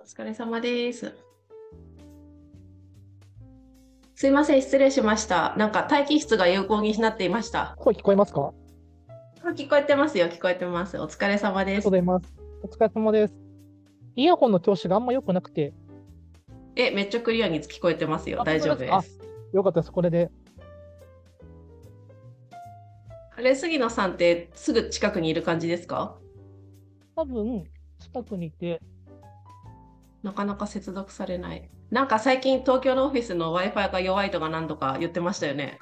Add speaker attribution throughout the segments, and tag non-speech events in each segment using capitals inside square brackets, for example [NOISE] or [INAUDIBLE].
Speaker 1: お疲れ様です。すいません、失礼しました。なんか待機室が有効になっていました。
Speaker 2: 声聞こえますかあ
Speaker 1: あ聞こえてますよ、聞こえてます。お疲れ様
Speaker 2: り
Speaker 1: で
Speaker 2: が
Speaker 1: す
Speaker 2: とうご。ざいます。お疲れ様です。イヤホンの調子があんま良くなくて、
Speaker 1: え、めっちゃクリアに聞こえてますよ。
Speaker 2: あ
Speaker 1: 大丈夫で
Speaker 2: あ
Speaker 1: す。
Speaker 2: よかったです。これで。
Speaker 1: あれ、杉野さんってすぐ近くにいる感じですか
Speaker 2: 多分、近くにいて、
Speaker 1: なかなか接続されない。なんか最近東京のオフィスの Wi-Fi が弱いとか何とか言ってましたよね。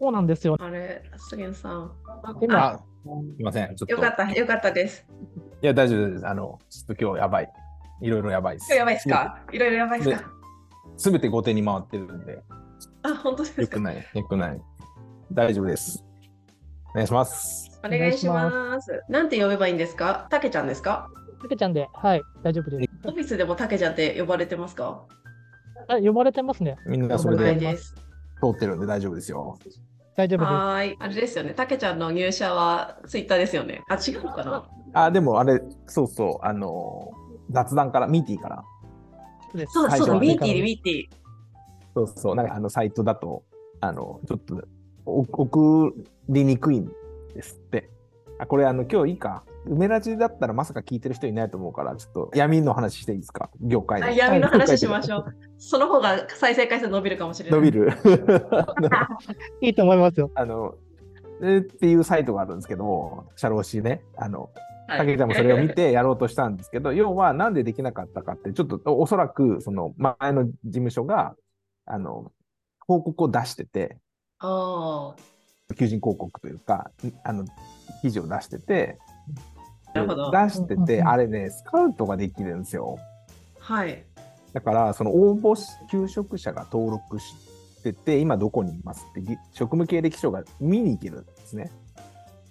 Speaker 2: そうなんですよ。
Speaker 1: あれ、杉野さん。あ
Speaker 2: 今
Speaker 3: あ、すいません。ちょっと。
Speaker 1: よかった、よかったです。
Speaker 3: いや、大丈夫です。あの、ちょっと今日やばい。いろいろやばいです。
Speaker 1: やばいですかいろいろやばいですか
Speaker 3: すべて後手に回ってるんで、
Speaker 1: あ、本当です
Speaker 3: よく
Speaker 1: か
Speaker 3: ない、よくない。大丈夫です。お願いします。
Speaker 1: お願いします。なんて呼べばいいんですかたけちゃんですか
Speaker 2: たけちゃんで、はい、大丈夫です。
Speaker 1: オフィスでもたけちゃんって呼ばれてますか
Speaker 2: あ、呼ばれてますね。
Speaker 3: みんなそれ
Speaker 1: 了解
Speaker 3: で
Speaker 1: です。
Speaker 3: 通ってるんで大丈夫ですよ。
Speaker 2: 大丈夫です。
Speaker 1: はーい。あれですよね。たけちゃんの入社はツイッターですよね。あ、違うのかな
Speaker 3: あ、でもあれ、そうそう、あの、雑談から、ミーティーから、
Speaker 2: そうです
Speaker 1: そうそうそう、
Speaker 3: はい
Speaker 1: ミーティー、ミーティー。
Speaker 3: そうそう、なんかあの、サイトだと、あの、ちょっと、お送りにくいんですって。あ、これ、あの、今日いいか。梅ラジだったらまさか聞いてる人いないと思うから、ちょっと闇の話していいですか業界
Speaker 1: あ
Speaker 3: の。
Speaker 1: 闇の話しまし
Speaker 3: う
Speaker 1: ょう。その方が再生回数伸びるかもしれない。
Speaker 3: 伸びる [LAUGHS]
Speaker 2: いいと思いますよ。
Speaker 3: あのえーっていうサイトがあるんですけど、社労士ね、あの、
Speaker 1: はい。
Speaker 3: たけちゃんもそれを見てやろうとしたんですけど、要はなんでできなかったかって、ちょっとおおそらく、その前の事務所が、あの、報告を出してて、
Speaker 1: あ
Speaker 3: 求人広告というか、あの、記事を出してて、
Speaker 1: あ、なるほど。
Speaker 3: 出して
Speaker 2: うんうんう
Speaker 3: て、
Speaker 2: ん
Speaker 3: あれね、スカウトができるんですよ。
Speaker 1: はい。
Speaker 3: だから、その応募し、求職者が登録してて、今どこにいますって、ぎ職務経歴書が見に行けるんですね。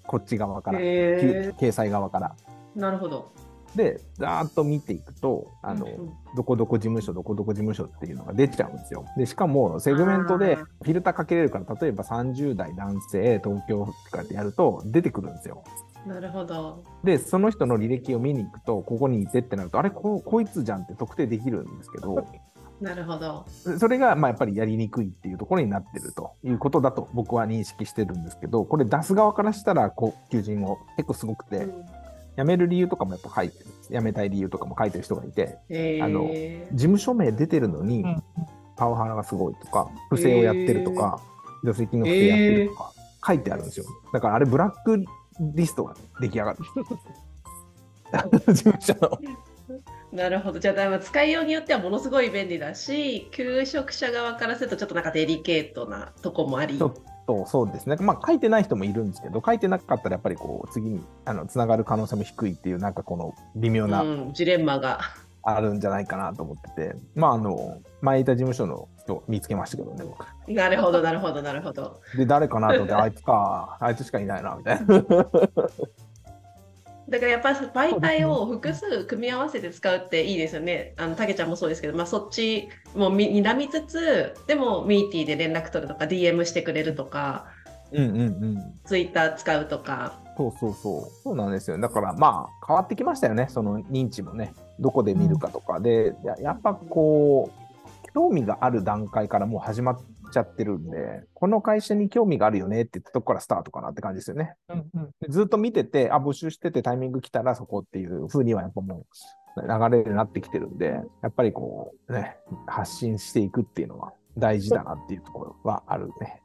Speaker 3: こっち側から、
Speaker 1: へえ
Speaker 3: きゅ掲載側から。
Speaker 1: なるほど。
Speaker 3: で、ざーっと見ていくと、あの、
Speaker 1: うん
Speaker 3: どこどこ事務所、どこどこ事務所っていうのが出ちゃうんですよ。で、しかも、セグメントで
Speaker 1: あー
Speaker 3: フィルターかけれるから、例えば30代男性、東京とかってやると、出てくるんですよ。
Speaker 1: なるほど。
Speaker 3: で、その人の履歴を見に行くと、ここにいてってなると、あれ、ここいつじゃんって特定できるんですけど、
Speaker 2: [LAUGHS]
Speaker 1: なるほど。
Speaker 3: それがまあやっぱりやりにくいっていうところになってるということだと僕は認識してるんですけど、これ出す側からしたら、こう求人を結構すごく
Speaker 1: う
Speaker 3: て、
Speaker 1: ん
Speaker 3: 辞める理由とかもやっぱ書いてる、辞めたい理由とかも書いてる人がいて、
Speaker 1: へえ
Speaker 3: あの事務所名出てるのに
Speaker 2: うん、
Speaker 3: パワハラがすごいとか、不正をやってるとか、助成金の不正やってるとか、書いてあるんですよ。だからあれ、ブラックリストが出来上
Speaker 2: [LAUGHS]
Speaker 3: がる。事務所の。
Speaker 1: なるほど。じゃあ、だいぶ使いようによってはものすごい便利だし、求職者側からするとちょっとなんかデリケートなとこもあり
Speaker 3: ち。ょっとそうですね、まあ、書いてない人もいるんですけど、書いてなかったらやっぱりこう次にあのつながる可能性も低いっていう、なんかこの微妙な、
Speaker 1: うん、ジレンマが。 [LAUGHS]
Speaker 3: あるんじゃないかなと思ってて、まあ、あの前いた事務所の人見つけましたけどね、僕。
Speaker 1: なるほど、なるほど、なるほど。
Speaker 3: で、誰かなと思って、あいつか、あいつしかいないなみたいな。
Speaker 1: だからやっぱ媒体を複数組み合わせて使うっていいですよね。あのたけちゃんもそうですけど、まあ、そっちもみ睨みつつ、でもミーティーで連絡取るとか、DM してくれるとか、
Speaker 3: うんうんうん
Speaker 1: ツイッター使うとか。
Speaker 3: そうそうそう。そうなんですよ。だからまあ変わってきましたよね。その認知もね。どこで見るかとかで、ややっぱこう、興味がある段階からもう始まっちゃってるんで、この会社に興味があるよねって言ったとこからスタートかなって感じですよね。
Speaker 2: うんうん
Speaker 3: でずっと見てて、あ、募集しててタイミング来たらそこっていう風にはやっぱもう流れになってきてるんで、やっぱりこうね、発信していくっていうのは大事だなっていうところはあるね。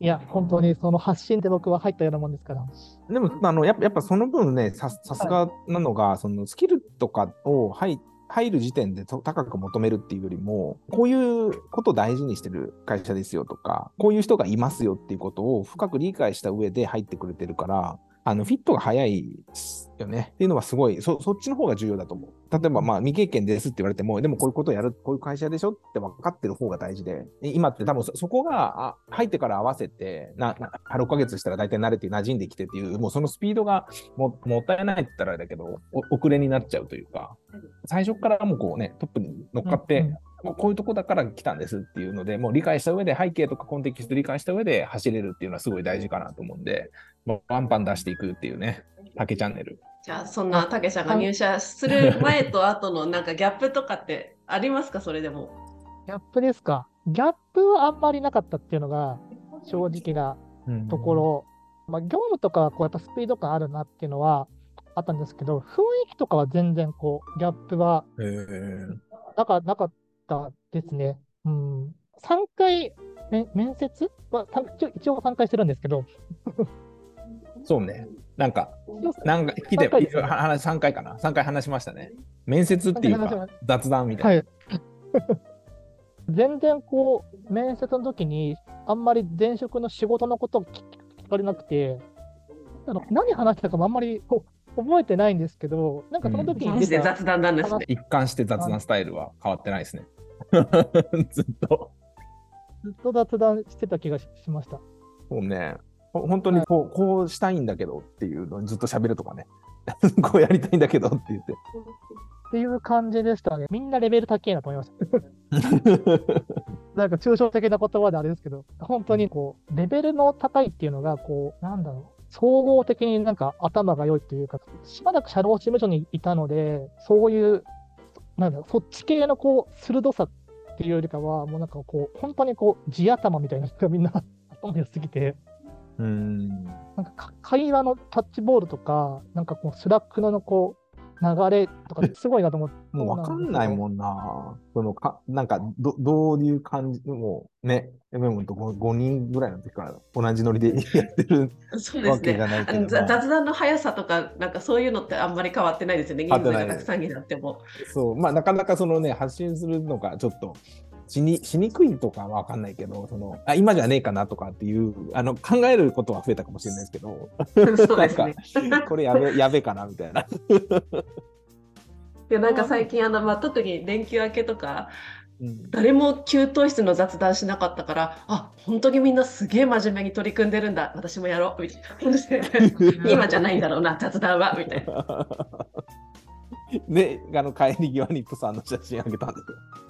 Speaker 2: いや、本当にその発信で僕は入ったようなもんですから。
Speaker 3: でも、あのやっぱやっぱその分ね、ささすがなのが、そのスキルとかを入入る時点でと高く求めるっていうよりも、こういうことを大事にしてる会社ですよとか、こういう人がいますよっていうことを深く理解した上で入ってくれてるから、あのフィットが早いですよねっていうのはすごいそ、そっちの方が重要だと思う。例えば、まあ、未経験ですって言われても、でもこういうことをやる、こういう会社でしょって分かってる方が大事で、で今って多分そそこがあ入ってから合わせて、なな6ヶ月したら大体慣れて馴染んできてっていう、もうそのスピードがももったいないって言ったらあれだけど、お遅れになっちゃうというか、最初からもうこうね、トップに乗っかって、
Speaker 2: うんうん
Speaker 3: もうこういうとこだから来たんですっていうので、もう理解した上で、背景とかコンテキスト理解した上で走れるっていうのはすごい大事かなと思うんで、もうワンパン出していくっていうね、竹チャンネル。
Speaker 1: じゃあそんなたけちゃんが入社する前と後のなんかギャップとかってありますかそれでも。
Speaker 2: ギャップですか。ギャップはあんまりなかったっていうのが正直なところ、まあ、業務とかはこうやっぱスピード感あるなっていうのはあったんですけど、雰囲気とかは全然こうギャップは
Speaker 3: えー
Speaker 2: なかなかったですね。うん、3回め面接は、まあ、一応一応3回してるんですけど、
Speaker 3: そうね。なんか、なんか、聞いて
Speaker 2: 三
Speaker 3: よ
Speaker 2: 回ですね
Speaker 3: は話3回かな ?3 回話しましたね。面接っていう
Speaker 2: 三回話
Speaker 3: か
Speaker 2: し、
Speaker 3: 雑談みたいな。
Speaker 2: はい、 [LAUGHS] 全然こう面接の時にあんまり前職の仕事のことを聞聞かれなくてあの何話したかもあんまりこう覚えてないんですけどなんかその時に
Speaker 1: マジで
Speaker 2: 出た、
Speaker 1: 雑談なんですね。
Speaker 3: 一貫して雑談スタイルは変わってないで
Speaker 2: [LAUGHS]
Speaker 3: すね。ずっと。
Speaker 2: ずっと雑談してた気がししました。
Speaker 3: そうね。ほ本当にこう,、こうしたいんだけどっていうのをずっと喋るとかね。 [LAUGHS] こうやりたいんだけどって言って。
Speaker 2: っていう感じでしたね。みんなレベル高いなと思いました。 [LAUGHS] なんか抽象的な言葉であれですけど、本当にこう、レベルの高いっていうのが、こう、なんだろう、総合的になんか頭が良いというか、しばらく社労事務所にいたので、そういう、なんだろう、そっち系のこう、鋭さっていうよりかは、もうなんかこう、本当にこう、地頭みたいな人がみんな [LAUGHS] 頭良すぎて、
Speaker 3: うん。
Speaker 2: なんかか会話のキャッチボールとか、なんかこう、スラックのこう、流れとか、すごいなと思って、
Speaker 3: もう分かんないもんな。そのかなんかど、どういう感じ、もうね、でも5人ぐらいの時から同じノリでやってる
Speaker 1: そうで
Speaker 3: わ
Speaker 1: す
Speaker 3: け
Speaker 1: ね。
Speaker 3: がない
Speaker 1: あ
Speaker 3: けど
Speaker 1: の
Speaker 3: も、
Speaker 1: ざ雑談の速さとか、なんかそういうのってあんまり変わってないですよね。人
Speaker 3: 変わ
Speaker 1: 数
Speaker 3: ってない
Speaker 1: がたくさんになって
Speaker 3: [LAUGHS]
Speaker 1: も。
Speaker 3: そう、まあ、なかなかそのね、発信するのがちょっとしにしにくいとかは分かんないけど、そのあ今じゃねえかなとかっていうあの、考えることは増えたかもしれないですけど、
Speaker 1: そうですね。
Speaker 3: なんか、これや
Speaker 1: [LAUGHS]
Speaker 3: べやべかなみたいな。
Speaker 1: いやなんか最近あの、まあ、特に連休明けとか
Speaker 3: うん
Speaker 1: 誰も給湯室の雑談しなかったからあ本当にみんなすげえ真面目に取り組んでるんだ私もやろうみたいな感じで今じゃないんだろうな雑談はみたいな
Speaker 3: で、あの帰り際にプさんの写真あげたんですよ。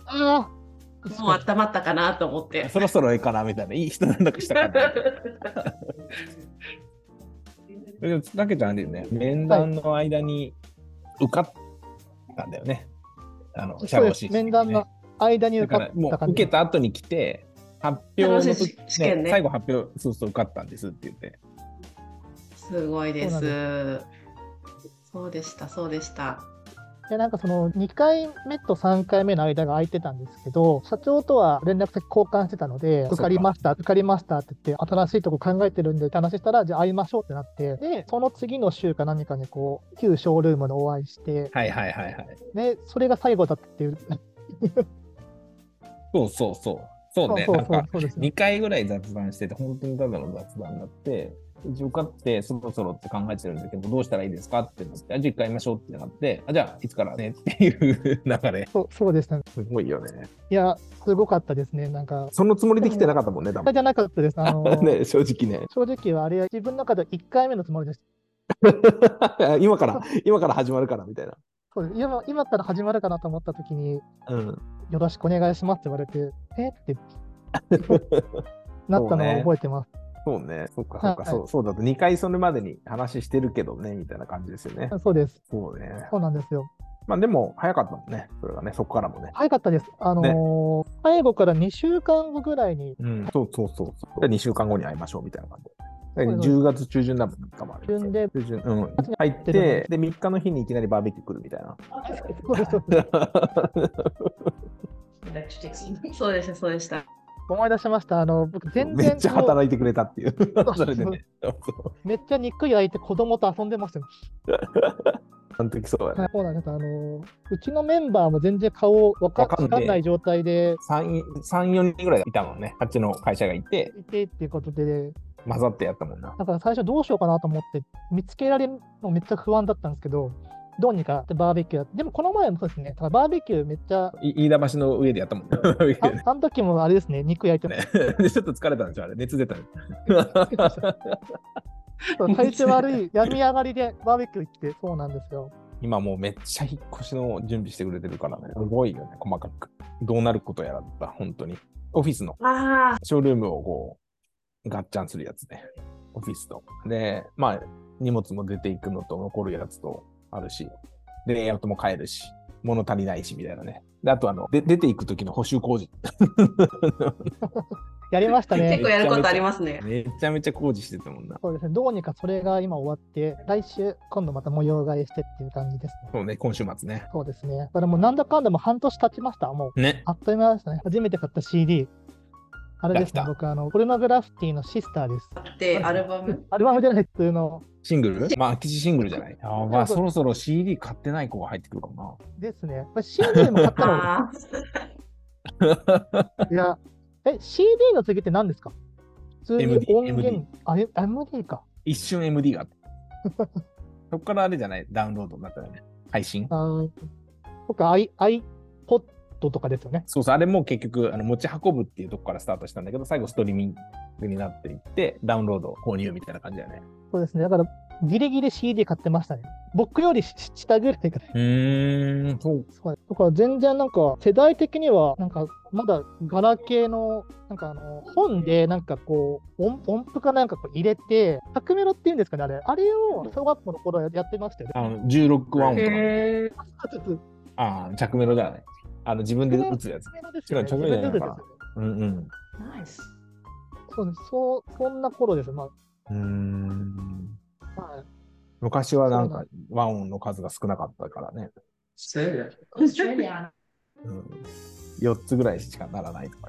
Speaker 2: ああ
Speaker 1: もう温まったかなと思って。
Speaker 3: そろそろいいかなみたいな、いい人なんだかしたかな。でもだけどあれだよね、面談の間に受かったんだよね。あの、社
Speaker 2: そう
Speaker 3: 労
Speaker 2: で
Speaker 3: 士
Speaker 2: す
Speaker 3: 試験
Speaker 2: 面談の間に
Speaker 3: だ
Speaker 2: 受
Speaker 3: か
Speaker 2: からっ
Speaker 3: も
Speaker 2: た
Speaker 3: う
Speaker 2: 感
Speaker 3: 受
Speaker 2: じ
Speaker 3: けた後に来て、発表
Speaker 1: 社
Speaker 3: の
Speaker 1: 労士
Speaker 3: 時、
Speaker 1: 試験ね
Speaker 3: 最後発表、そうそう受かったんですって言って。
Speaker 1: [LAUGHS] すごいで
Speaker 2: そう
Speaker 1: す。そうでした、そうでした。
Speaker 2: でなんかその2回目と3回目の間が空いてたんですけど社長とは連絡先交換してたので
Speaker 3: そっか
Speaker 2: 受かりました受かりましたって言って新しいとこ考えてるんでって話したらじゃあ会いましょうってなってでその次の週か何かにこう旧ショールームでお会いして
Speaker 3: はいはいはいはい。
Speaker 2: でそれが最後だったっていう
Speaker 3: そうそうそう。そうね、
Speaker 2: そう
Speaker 3: な
Speaker 2: そ
Speaker 3: ん
Speaker 2: うそう
Speaker 3: か
Speaker 2: そうですね
Speaker 3: 2回ぐらい雑談してて、本当にただの雑談になって、一応受かって、そろそろって考えてるんだけど、どうしたらいいですかってなって、あじゃあ一回会いましょうってなって、あじゃあいつからねっていう流れ。
Speaker 2: そうそうですね
Speaker 3: すごいよね。
Speaker 2: いやすごかったですねなんか
Speaker 3: そのつもりで来てなかったもんね、
Speaker 2: そ
Speaker 3: 多
Speaker 2: れ
Speaker 3: 分。
Speaker 2: じゃなかったですあの
Speaker 3: [LAUGHS] ね、正
Speaker 2: [LAUGHS]
Speaker 3: 直ね。
Speaker 2: 正直はあれは自分の中では1回目のつもりでした
Speaker 3: 今から、今から始まるからみたいな。
Speaker 2: そうです今今から始まるかなと思った時に
Speaker 3: うん。
Speaker 2: よろしくお願いしますって言われて、えって
Speaker 3: [LAUGHS]
Speaker 2: なったのは覚えてます。
Speaker 3: そうね。そっかそっか、
Speaker 2: はい
Speaker 3: そう、そうだと2回それまでに話してるけどね、みたいな感じですよね
Speaker 2: そう。です。
Speaker 3: そうね。
Speaker 2: そうなんですよ。
Speaker 3: まあでも、早かったもんね。それがね、そこからもね。
Speaker 2: 早かったです。あのー最後から2週間後ぐらいに、 [LAUGHS]
Speaker 3: うん、そうそうそうそう。2週間後に会いましょうみたいな感じで。
Speaker 2: そうそう
Speaker 3: 10月中旬だもん、かもあれ。
Speaker 2: 中旬で
Speaker 3: 中旬、うん。入って、で、3日の日にいきなりバーベキュー来るみたいな。
Speaker 2: そうですそうです
Speaker 1: そうでした、そうでした。
Speaker 2: 思い出しました。あの僕、全
Speaker 3: め
Speaker 2: 然
Speaker 3: っちゃ
Speaker 2: こう
Speaker 3: 働いてくれたっていう。
Speaker 2: そう
Speaker 3: それでね。そう
Speaker 2: めっちゃ憎い相手、子供と遊んでましたね。
Speaker 3: あの時そうだ
Speaker 2: は
Speaker 3: ね。
Speaker 2: いそうなんです。あのーうちのメンバーも全然顔をわか
Speaker 3: わかんね
Speaker 2: わか
Speaker 3: え
Speaker 2: んない状態で
Speaker 3: 3、4人ぐらいいたもんね。あっちの会社がいて、
Speaker 2: いてっていうことで、
Speaker 3: 混ざってやったもんな。
Speaker 2: だから最初どうしようかなと思って、見つけられるのめっちゃ不安だったんですけど、どうにかバーベキューやって、でもこの前もそうですね、だからバーベキューめっちゃ、
Speaker 3: い飯田橋の [LAUGHS] 上でやったもんね。バーベキューね
Speaker 2: ああの時もあれですね、肉焼いてま
Speaker 3: [LAUGHS] でちょっと疲れたんでしょ、あれ。熱出たね。
Speaker 2: した。体調悪い、病み上がりでバーベキュー行って、そうなんですよ。
Speaker 3: 今もうめっちゃ引っ越しの準備してくれてるからね。すごいよね、細かく。どうなることやらだった、本当に。オフィスの
Speaker 1: ああ、
Speaker 3: ショールームをこう、ガッチャンするやつね。オフィスと。で、まあ、荷物も出ていくのと残るやつとあるし、で、レイアウトも変えるし、物足りないしみたいなね。であとあので、出ていく時の補修工事。
Speaker 2: やりましたね
Speaker 1: 結。構やることありますね。
Speaker 3: めちゃめちゃ工事してたもんな。
Speaker 2: そうですね。どうにかそれが今終わって、来週、今度また模様替えしてっていう感じですね。
Speaker 3: そうね、今週末ね。
Speaker 2: そうですね。だからもうなんだかんだもう半年経ちました。もう、
Speaker 3: ね。
Speaker 2: あっという間でしたね。初めて買った CD。あれです
Speaker 3: 来
Speaker 2: ね
Speaker 3: た。
Speaker 2: 僕、あの、ポルノグラフィティのシスターです。
Speaker 1: で、アルバム
Speaker 2: アルバムじゃない普通の
Speaker 3: シングルまあ、空き地シングルじゃない。あまあ、そろそろ CD 買ってない子が入ってくるかな。
Speaker 2: ですね。これ CD でも買ったの
Speaker 1: [LAUGHS] あー
Speaker 2: いや、え、CD の次って何ですか普通に
Speaker 3: MD
Speaker 2: 音源、あえ MD か。
Speaker 3: 一瞬 MD があった。 [LAUGHS] そこからあれじゃないダウンロードになったよね。配信
Speaker 2: あー僕、I、iPod とかですよね。
Speaker 3: そうそう、あれも結局あの持ち運ぶっていうとこからスタートしたんだけど、最後ストリーミングになっていって、ダウンロード購入みたいな感じだよね。
Speaker 2: そうですね。だから、ギリギリ CD 買ってましたね。僕よりし下ぐらいから。
Speaker 3: うーん、そう。
Speaker 2: そうだから全然なんか、世代的には、なんか、まだガラケーの、なんかあの、本でなんかこう、音音符かなんかこう入れて、革メロっていうんですかね、あれ。あれを小学校の頃ややってましたよね。
Speaker 3: あの16ワ音とか。
Speaker 1: へー
Speaker 2: あちょっと
Speaker 3: ああ、着メロだね。あの自分で打つやつ。
Speaker 2: 革メロですよね。
Speaker 3: 違う革メロじゃないかな
Speaker 2: 自分で打つんですよね
Speaker 3: うんうん。
Speaker 1: ナイス。
Speaker 2: そうです。そう、そんな頃です。ま
Speaker 3: うーん
Speaker 2: あ、はい、
Speaker 3: 昔はなん
Speaker 2: そう
Speaker 3: か和音の数が少なかったからね、
Speaker 1: す
Speaker 3: うん、4つぐらいしかならないとか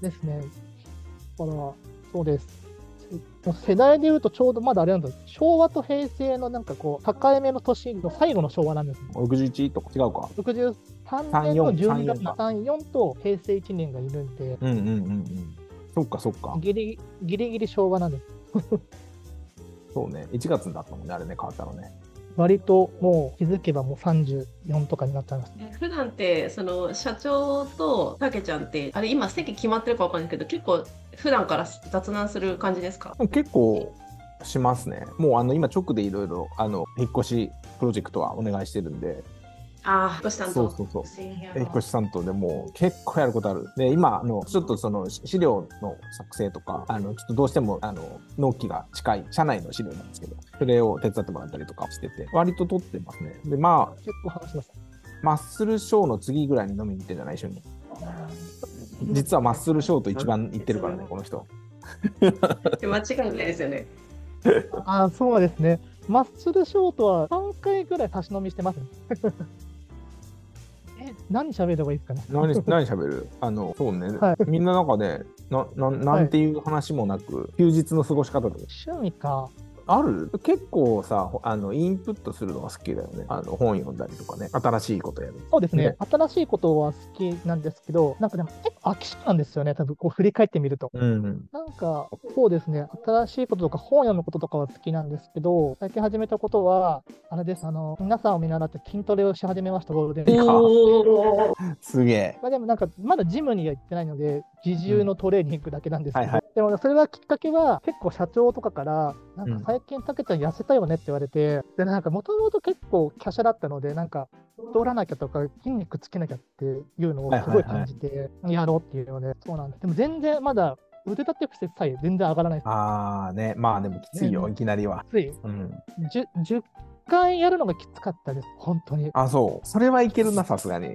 Speaker 2: ですね。だから、そうです。世代で言うとちょうどまだあれなんです昭和と平成のなんかこう、境目の年の最後の昭和なんですね。
Speaker 3: 61とか違うか
Speaker 2: 63年の12月
Speaker 3: 34
Speaker 2: 34と平成1年がいるんで、
Speaker 3: うんうんうんうんそっかそっか
Speaker 2: ギリギリギリ昭和なんです。
Speaker 3: そうね1月だったもんねあれね変わったのね
Speaker 2: 割ともう気づけばもう34とかになっちゃいます。
Speaker 1: 普段ってその社長とたけちゃんってあれ今席決まってるかわかんないけど結構普段から雑談する感じですか
Speaker 3: 結構しますねもうあの今直でいろいろあの引っ越しプロジェクトはお願いしてるんで
Speaker 1: ああ、どうしたん
Speaker 3: そうそうそう引っ越
Speaker 1: し
Speaker 3: し担当でもう結構やることある。で、今、あのちょっとそのし資料の作成とか、あのちょっとどうしてもあの納期が近い、社内の資料なんですけど、それを手伝ってもらったりとかしてて、割と取ってますね。で、まあ、
Speaker 2: 結構話しました。
Speaker 3: マッスルショーの次ぐらいに飲みに行ってんじゃない一緒に。実はマッスルショーと一番行ってるからね、この人。
Speaker 1: 間違いないですよね。
Speaker 2: ああ、そうですね。マッスルショートは3回ぐらい差し飲みしてますね。え、何喋ればいいですかね。
Speaker 3: 何、何喋るあの、そうね。
Speaker 2: はい
Speaker 3: みんな中で、な、ななんていう話もなく、休日の過ごし方とか
Speaker 2: 趣味か。
Speaker 3: ある結構さほあのインプットするのが好きだよねあの本読んだりとかね新しいことやる
Speaker 2: そうですね
Speaker 3: ね。
Speaker 2: 新しいことは好きなんですけど、なんかでも結構飽き性なんですよね。多分こう振り返ってみると。
Speaker 3: うん
Speaker 2: なんか、そうですね。新しいこととか本読むこととかは好きなんですけど、最近始めたことは、あれです。あの、皆さんを見習って筋トレをし始めました、ゴールデンウィーク
Speaker 1: お
Speaker 3: か
Speaker 1: ー
Speaker 3: すげえ
Speaker 2: まあ、でもなんか、まだジムには行ってないので、自重のトレーニングだけなんですけど、
Speaker 3: うんはい
Speaker 2: でもねそれはきっかけは、結構社長とかから、なんか最近、たけちゃん痩せたよねって言われて、で、なんか、もともと結構、華奢だったので、なんか、太らなきゃとか、筋肉つけなきゃっていうのをすごい感じて、やろうっていうので、そうなんです。でも全然、まだ、腕立て伏せさえ全然上がらないです。
Speaker 3: ああねまあでもきついよ、
Speaker 2: ね
Speaker 3: いきなりは
Speaker 2: つい
Speaker 3: うん
Speaker 2: 10、10回やるのがきつかったです、本当に。
Speaker 3: あそうそれはいけるなさすがに
Speaker 2: い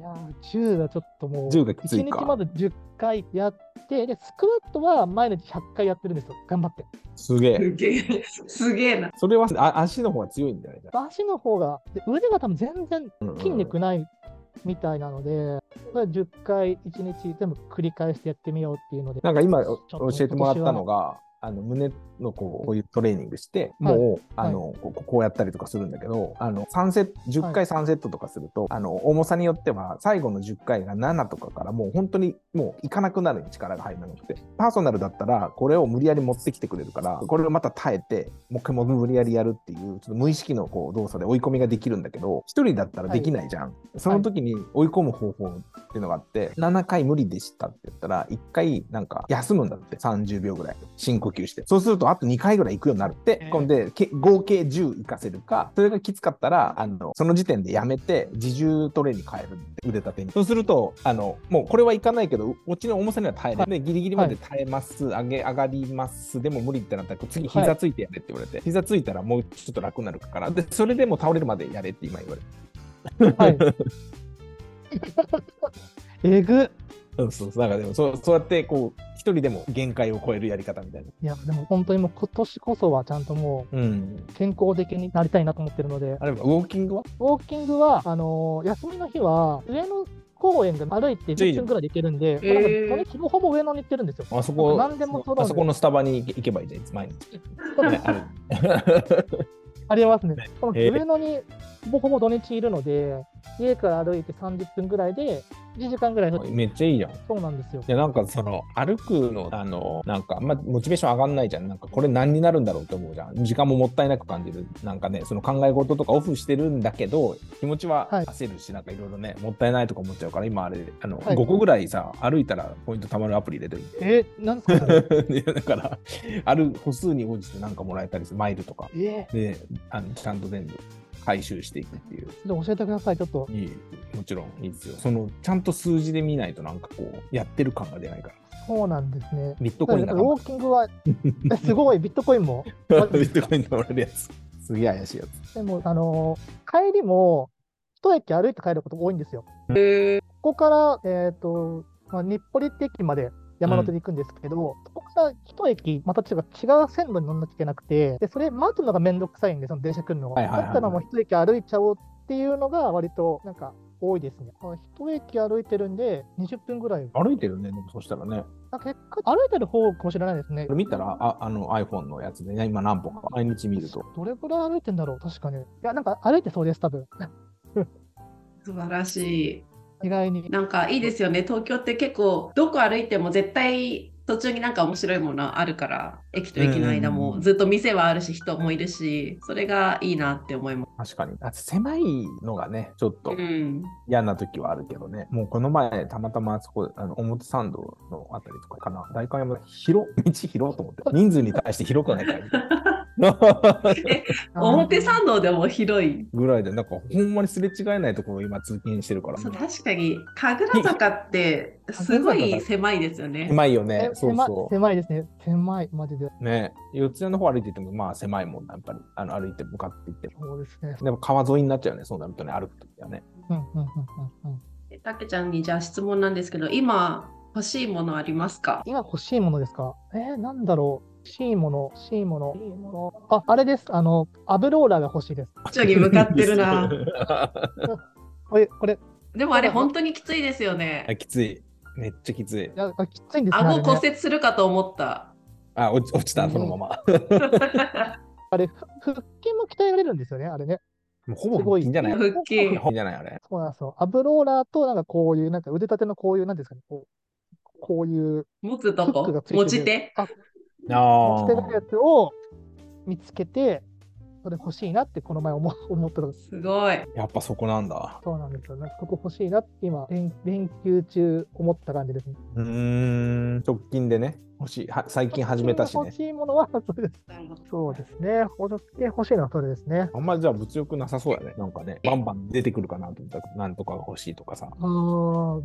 Speaker 2: やー、10はちょっともう、
Speaker 3: 10がきついか
Speaker 2: 1日まず10回やって、で、スクワットは毎日100回やってるんですよ、頑張って。
Speaker 3: すげえ
Speaker 1: すげえ、すげえな。
Speaker 3: それはあ足の方が強いんだよねじゃあ
Speaker 2: 足の方が、で腕が多分全然
Speaker 3: うんうん
Speaker 2: 筋肉ないみたいなので、それ10回、1日全部繰り返してやってみようっていうので、
Speaker 3: なんか今
Speaker 2: ちょっ
Speaker 3: 教
Speaker 2: と
Speaker 3: えてもらったのがあの胸のこうこういうトレーニングして、もうあのこうこうやったりとかするんだけどあの3セット10
Speaker 2: は
Speaker 3: 回3セットとかすると、あの重さによっては最後の10回が7とかからもう本当にもういかなくなるに力が入らなくてパーソナルだったらこれを無理やり持ってきてくれるからこれをまた耐えてもう一回も無理やりやるっていうちょっと無意識のこう動作で追い込みができるんだけど一人だったらできないじゃん、その時に追い込む方法っていうのがあって7回無理でしたって言ったら1回なんか休むんだって30秒ぐらい深呼吸給して。そうすると、あと2回ぐらい行くようになるって、今で、け合計10行かせるか、それがきつかったら、あの、その時点でやめて、自重トレに変えるって、腕立てに。そうすると、あの、もうこれはいかないけど、落ちの重さには耐えれる。で、ギリギリまで耐えます、上げ、上がります、でも無理ってなったら、こう次膝ついてやれって言われて、膝ついたらもうちょっと楽になるから、で、それでもう倒れるまでやれって今言われて。 [LAUGHS]
Speaker 2: はい。えぐっ
Speaker 3: うん、そうそう。なんかでも、そう、そうやって、こう、一人でも限界を超えるやり方みたいな。
Speaker 2: いや、でも本当にもう今年こそはちゃんとも
Speaker 3: うん。
Speaker 2: う健康的になりたいなと思ってるので、
Speaker 3: あれ、ウォーキングは
Speaker 2: ウォーキングは、あのー休みの日は上野公園で歩いて10分くらいで行けるんで、
Speaker 1: いい
Speaker 2: まあ
Speaker 1: えー
Speaker 2: なんかほぼほぼ上野に行ってるん [LAUGHS] ですよ。
Speaker 3: あそこ、
Speaker 2: なんか何でもそうなんだ
Speaker 3: あそこのスタバに行け行けばいいじゃん、毎日。ねある
Speaker 2: ありますね。この
Speaker 3: えー
Speaker 2: 上野にほぼほぼ土日いるので、家から歩いて30分くらいで、1時間くらい降って、
Speaker 3: めっちゃいいじゃん。い
Speaker 2: そうなんですよ。
Speaker 3: や、なんかその、歩くの、あの、なんか、あんまモチベーション上がんないじゃん。なんか、これ何になるんだろうって思うじゃん。時間ももったいなく感じる。なんかね、その考え事とかオフしてるんだけど、気持ちは
Speaker 2: はい
Speaker 3: 焦るし、なんかいろいろね、もったいないとか思っちゃうから、今あれ、あの、
Speaker 2: はい
Speaker 3: 5個ぐらいさ、歩いたらポイント貯まるアプリ入れてるんで。
Speaker 2: えー、なんですかそれ
Speaker 3: [LAUGHS] いやだから、ある歩数に応じてなんかもらえたりする、マイルとか。
Speaker 2: え
Speaker 3: で、あのちゃんと全部回収していくっていう。
Speaker 2: ー、ちょっと教えてください、ちょっと。
Speaker 3: いい、もちろんいいですよ。その、ちゃんと数字で見ないとなんかこう、やってる感が出ないから。
Speaker 2: そうなんですね。
Speaker 3: ビットコインだ
Speaker 2: ウ
Speaker 3: な。
Speaker 2: ォーキングは、えすごい、ビットコインも。
Speaker 3: [LAUGHS] ビットコインでもらえるやつ。すげえ怪しいやつ。
Speaker 2: でも、あのー帰りも、一駅歩いて帰ることが多いんですよ。
Speaker 1: えー
Speaker 2: ここから、えっ、と、まあ、日暮里って駅まで山手で行くんですけど、そこから一駅、また違う違う線路に乗んなきゃいけなくて、で、それ待つのがめんどくさいんで、その電車来るのが。
Speaker 3: はいはいはい
Speaker 2: だったらもう一駅歩いちゃおうっていうのが割と、なんか、多いですね。あ一駅歩いてるんで、20分ぐらい。
Speaker 3: 歩いてるね、でもそしたらね。
Speaker 2: あ結果、歩いてる方かもしれないですね
Speaker 3: これ。見たら、ああの iPhone のやつでね、今何歩か、毎日見ると。
Speaker 2: どれぐらい歩いてんだろう確かに。いや、なんか歩いてそうです、多分。
Speaker 1: 素晴らし
Speaker 2: 意外に
Speaker 1: い。。なんかいいですよね。東京って結構どこ歩いても絶対途中になんか面白いものあるから、駅と駅の間
Speaker 3: う
Speaker 1: も
Speaker 3: ん
Speaker 1: ずっと店はあるし人もいるし、それがいいなって思います。
Speaker 3: 確かに。あ狭いのがね、ちょっと
Speaker 1: うん。
Speaker 3: 嫌な時はあるけどね。もうこの前、たまたまあそこ、あの表参道のあたりとかかな。代官山、広、道広と思って。人数に対して広くないからみたいな。
Speaker 1: 表参道でも広い。
Speaker 3: [LAUGHS] ぐらいで、なんかほんまにすれ違えないところを今通勤してるから。
Speaker 1: そう確かに神楽坂ってすごい狭いですよね。
Speaker 3: 狭いよ
Speaker 2: え
Speaker 3: ね。そう
Speaker 2: 狭
Speaker 3: そ
Speaker 2: 狭いですね。狭い、マジで。
Speaker 3: う。ね。四ツ谷の方歩いてても、まあ狭いもんな、やっぱり。あの歩いて向かっていって。
Speaker 2: そうですね。
Speaker 3: でも川沿いになっちゃうよね。そうなるとね、歩くときはね。
Speaker 2: うんうんうんうんうん。
Speaker 1: えたけちゃんにじゃあ質問なんですけど、今欲しいものありますか
Speaker 2: 今欲しいものですかえー、なんだろう。欲しいもの、欲しいもの。あ、あれです。あの、アブローラーが欲しいです。
Speaker 1: こっちに向かってるな。
Speaker 3: [LAUGHS]
Speaker 2: これ、これ、い
Speaker 1: でもあれ本当にきついですよね。
Speaker 3: あきつい。めっちゃきつい。
Speaker 2: やきついんですね。あ
Speaker 1: 顎
Speaker 2: れね
Speaker 1: 骨折するかと思った。
Speaker 3: あ、落ち落ちた、そのまま。
Speaker 2: あれ、ふ腹筋も鍛えられるんですよね、あれね。
Speaker 3: もうほぼ腹筋じゃない。
Speaker 1: 腹筋
Speaker 3: 腹筋じゃない、あれ。
Speaker 2: そうなんですよ。アブローラーと、なんかこういう、なんか腕立てのこういう、なんていうんですかね、こう、こういう、
Speaker 1: 持つと
Speaker 2: フックが
Speaker 1: こ
Speaker 2: ついてる
Speaker 1: 持ち手
Speaker 3: あ
Speaker 2: 持
Speaker 3: あ
Speaker 2: ち手のやつを見つけて、それ欲しいなって、この前思思ったのが
Speaker 1: すごい。
Speaker 3: やっぱそこなんだ。
Speaker 2: そうなんですよね。ここ欲しいなって今、連連休中思った感じですね。
Speaker 3: うーん。直近でね。欲しい。は最近始めたし
Speaker 2: 欲
Speaker 3: ね。
Speaker 2: しいものは [LAUGHS] それです。そうですね。ほどけ欲しいのはそれですね。
Speaker 3: あんまりじゃあ物欲なさそうやね。なんかね、バンバン出てくるかなと思ったら、なんとかが欲しいとかさ。
Speaker 2: あー物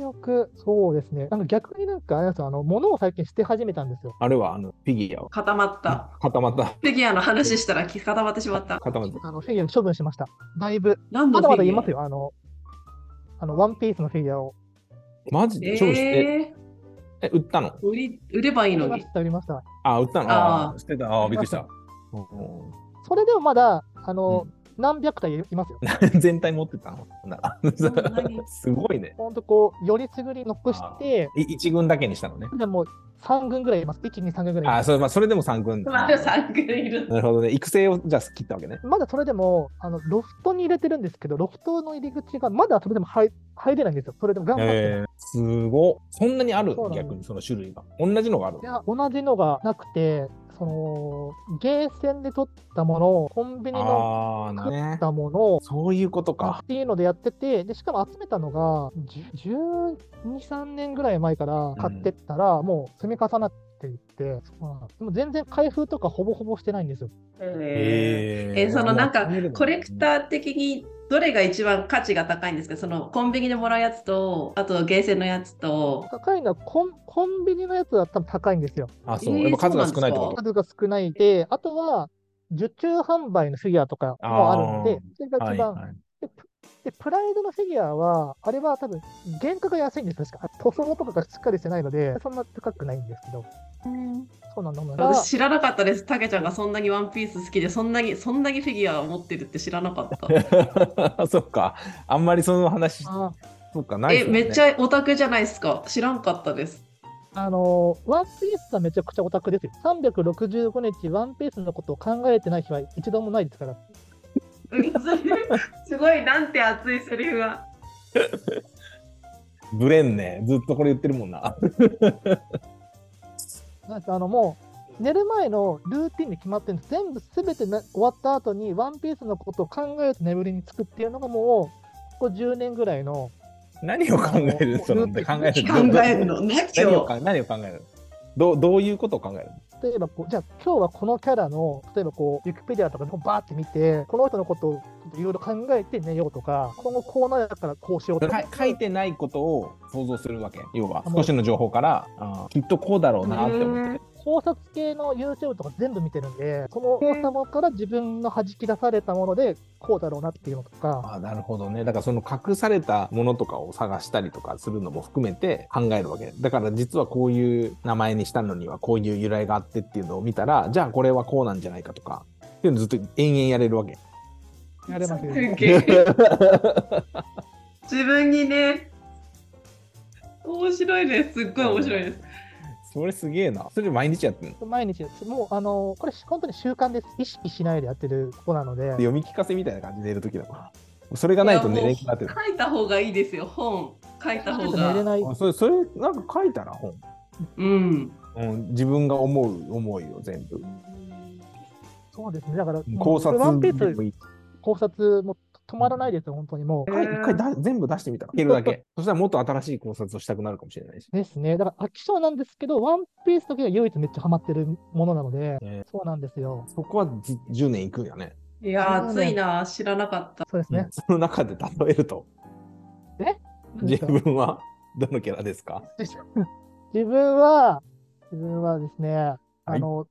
Speaker 2: 欲、そうですね。なんか逆になんか、あれなんですよあの、物を最近捨て始めたんですよ。
Speaker 3: あるいは、あの、フィギュアを。
Speaker 1: 固まった。
Speaker 3: 固まった。
Speaker 1: フィギュアの話したら固まってしまった。
Speaker 3: 固まった。
Speaker 2: あの、フィギュア処分しました。だいぶ。
Speaker 1: 何
Speaker 2: ま
Speaker 1: の
Speaker 2: だ
Speaker 1: フ
Speaker 2: ま
Speaker 1: ィギュア
Speaker 2: だいますよ。あの、あの、ワンピースのフィギュアを。
Speaker 3: マジで超し
Speaker 1: え
Speaker 3: て、え、売ったの
Speaker 1: ー、売り売ればいいの
Speaker 2: 売りま
Speaker 1: に
Speaker 2: し。た、売りました。
Speaker 3: あ、売ったの
Speaker 1: あー
Speaker 3: ああ、捨てた。ああ、びっくりした。うん
Speaker 2: それでもまだ、あの
Speaker 3: う、
Speaker 2: 何百体いますよ。
Speaker 3: [LAUGHS] 全体持ってたのなら [LAUGHS] すごいね。
Speaker 2: ほんとこう、よりすぐり残して、
Speaker 3: い一軍だけにしたのね。
Speaker 2: でもう3軍ぐらいいます。1、2、3軍ぐらいい
Speaker 3: あ
Speaker 2: ま
Speaker 3: あ、
Speaker 2: す。
Speaker 3: それ、まあ、それでも3軍。
Speaker 1: ま
Speaker 3: な
Speaker 1: だサングルいる。
Speaker 3: るほどね。育成をじゃあ切ったわけね。
Speaker 2: まだそれでも、あのロフトに入れてるんですけど、ロフトの入り口がまだそれでも入入れないんですよ。それでも頑張って、
Speaker 3: えー、すごっそんなにある
Speaker 2: そうなの
Speaker 3: 逆にその種類が。同じのがある
Speaker 2: いや同じのがなくて、その、ゲーセンで取ったものを、コンビニの
Speaker 3: ああ、
Speaker 2: 作っ
Speaker 3: ね。
Speaker 2: たものを、
Speaker 3: そういうことか
Speaker 2: っ。ていうのでやってて、でしかも集めたのが、12、3年ぐらい前から買ってったら、もう積み重なっていって、そうなんですでも全然開封とかほぼほぼしてないんですよ。
Speaker 1: え
Speaker 3: へー
Speaker 1: えそのなんか
Speaker 3: もう
Speaker 1: コレクター的にどれが一番価値が高いんですかそのコンビニでもらうやつとあとゲーセンのやつと
Speaker 2: 高いのはコン、コンビニのやつは多分高いんですよ。
Speaker 3: あ、そう。
Speaker 1: えー
Speaker 3: やっぱ数が少ないってこと。
Speaker 2: 数が少ないで、あとは、受注販売のフィギュアとかもあるんで、それが
Speaker 3: はい
Speaker 2: 一番、
Speaker 3: はい
Speaker 2: で、プライドのフィギュアは、あれは多分、原価が安いんですよ、確か。塗装とかがしっかりしてないので、そんな高くないんですけど。そうなのが、
Speaker 1: 私知らなかったですたけちゃんがそんなにワンピース好きでそんなにそんなにフィギュアを持ってるって知らなかった
Speaker 3: [LAUGHS] そっか。あんまりその話、
Speaker 2: あ
Speaker 3: そっか、ない
Speaker 1: え
Speaker 3: ですもんね
Speaker 1: めっちゃオタクじゃないですか知らんかったです
Speaker 2: あのーワンピースはめちゃくちゃオタクですよ。365日、ワンピースのことを考えてない日は一度もないですから。
Speaker 1: すごいなんて熱いセリフが
Speaker 3: ぶれんね。ずっとこれ言ってるもんな。 [LAUGHS]
Speaker 2: なんかあの、もう、寝る前のルーティンで決まってるんです。全部すべてな終わった後に、ワンピースのことを考えて眠りにつくっていうのがもう、ここ10年ぐらいの、
Speaker 3: 何を考える
Speaker 2: もう
Speaker 3: その考える。
Speaker 1: 考えるのね
Speaker 3: 何
Speaker 1: 今
Speaker 3: を
Speaker 1: 日
Speaker 3: 考え何を考えるどうどういうことを考える
Speaker 2: 例えばこう、じゃあ今日はこのキャラの、例えばこう、ウィキペディアとかでこうバーって見て、この人のことをちょっといろいろ考えて寝ようとか、今後こうなるからこうしようと
Speaker 3: のか
Speaker 2: か。
Speaker 3: 書いてないことを想像するわけ。要は
Speaker 2: あも
Speaker 3: 少
Speaker 2: う
Speaker 3: しの情報からあーきっとこうだろうなって思って。
Speaker 2: 考察系の YouTube とか全部見てるんで、その王様から自分の弾き出されたもので、こうだろうなっていうのとか、
Speaker 3: あーなるほどね。だからその隠されたものとかを探したりとかするのも含めて考えるわけ。だから実はこういう名前にしたのにはこういう由来があってっていうのを見たら、じゃあこれはこうなんじゃないかとか。っていうのずっと延々やれるわけ。
Speaker 2: やれますよ。
Speaker 1: すげえ自分にね面白いですすっごい面白いです
Speaker 3: それすげえな。それ毎日やってるの。
Speaker 2: 毎日です、もう、あの、これ、本当に習慣です。意識しないでやってることなので、
Speaker 3: 読み聞かせみたいな感じで寝るときだから。それがないと寝れなくなってる。
Speaker 1: 書いた方がいいですよ本書いた
Speaker 2: ちょ
Speaker 1: 方
Speaker 2: っと寝れ
Speaker 1: が
Speaker 2: ない
Speaker 3: あそれ、それ、なんか書いたら本。
Speaker 1: うん
Speaker 3: うん、自分が思う思いを全部。
Speaker 2: そうですね、だから、
Speaker 3: 考察
Speaker 2: ワンピ
Speaker 3: で
Speaker 2: ー
Speaker 3: も
Speaker 2: ス
Speaker 3: いい。
Speaker 2: 考察も止まらないですよ、本当にもう。
Speaker 3: 一回一回だ全部出してみたら。いける
Speaker 2: [LAUGHS]
Speaker 3: だけ。そしたらもっと新しい考察をしたくなるかもしれないし。
Speaker 2: ですね、だから飽き性なんですけど、ワンピースだけが唯一めっちゃハマってるものなので、
Speaker 3: ね
Speaker 2: そうなんですよ。
Speaker 3: そこはじ10年いくんやね。
Speaker 1: いやー
Speaker 2: そう
Speaker 1: 熱
Speaker 2: ね
Speaker 1: いな知らなかった
Speaker 2: そうですね。
Speaker 3: その中で例えると、
Speaker 2: なんで
Speaker 3: 自
Speaker 2: すか
Speaker 3: 分はどのキャラですか
Speaker 2: 自分は、自分はですね、あの、